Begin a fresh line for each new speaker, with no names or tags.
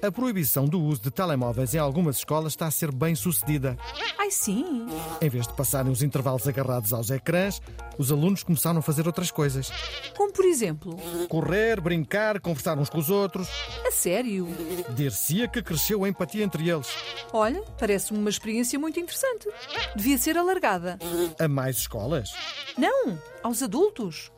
A proibição do uso de telemóveis em algumas escolas está a ser bem sucedida.
Ai, sim.
Em vez de passarem os intervalos agarrados aos ecrãs, os alunos começaram a fazer outras coisas:
Como por exemplo,
correr, brincar, conversar uns com os outros.
a sério.
Dir-se-ia que cresceu a empatia entre eles.
Olha, parece-me uma experiência muito interessante. Devia ser alargada.
A mais escolas?
Não, aos adultos.